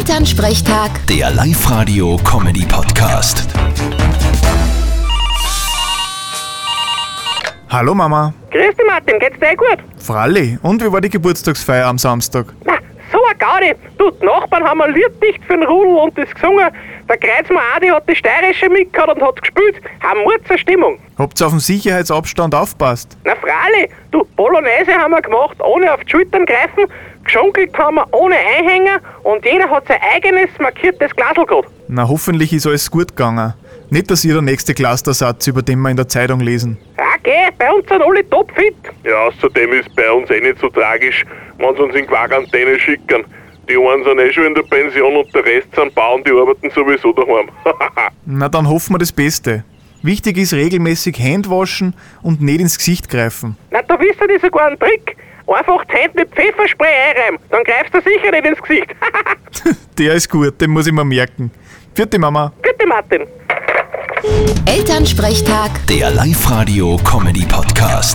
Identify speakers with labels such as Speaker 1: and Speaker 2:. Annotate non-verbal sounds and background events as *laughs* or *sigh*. Speaker 1: Elternsprechtag,
Speaker 2: Der Live-Radio-Comedy-Podcast.
Speaker 3: Hallo Mama.
Speaker 4: Grüß dich, Martin. Geht's dir eh gut?
Speaker 3: Fralli, und wie war die Geburtstagsfeier am Samstag?
Speaker 4: Na, so ein Gaudi. Du, die Nachbarn haben ein Lied dicht für den Rudel und das gesungen. Der Kreuzmann Adi hat die steirische mitgehabt und hat gespielt. Haben Mutzer Stimmung.
Speaker 3: Habt's auf den Sicherheitsabstand aufpasst?
Speaker 4: Na, Frale, du, Bolognese haben wir gemacht, ohne auf die Schultern greifen. Geschunkelt haben wir ohne Einhänger und jeder hat sein eigenes markiertes Glasl gehabt.
Speaker 3: Na, hoffentlich ist alles gut gegangen. Nicht, dass ihr der nächste Clustersatz, über den wir in der Zeitung lesen.
Speaker 4: Ah, geh, bei uns sind alle topfit.
Speaker 5: Ja, außerdem ist bei uns eh nicht so tragisch, wenn sie uns in Quarantäne schicken. Die einen sind eh schon in der Pension und der Rest sind Bauern, die arbeiten sowieso daheim. *laughs*
Speaker 3: Na, dann hoffen wir das Beste. Wichtig ist regelmäßig Hände waschen und nicht ins Gesicht greifen.
Speaker 4: Na, da wisst ihr das sogar einen Trick. Einfach die Hände mit Pfefferspray einreiben, dann greifst du sicher nicht ins Gesicht. *laughs*
Speaker 3: Der ist gut, den muss ich mir merken. Vierte Mama.
Speaker 4: Bitte, Martin.
Speaker 1: Elternsprechtag.
Speaker 2: Der Live-Radio-Comedy-Podcast.